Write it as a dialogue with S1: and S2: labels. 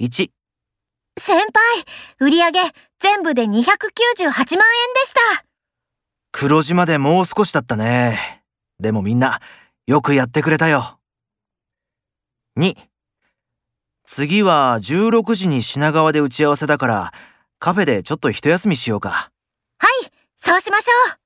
S1: 1、
S2: 先輩、売上全部で298万円でした。
S1: 黒字までもう少しだったね。でもみんな、よくやってくれたよ。2、次は16時に品川で打ち合わせだから、カフェでちょっと一休みしようか。
S2: はい、そうしましょう。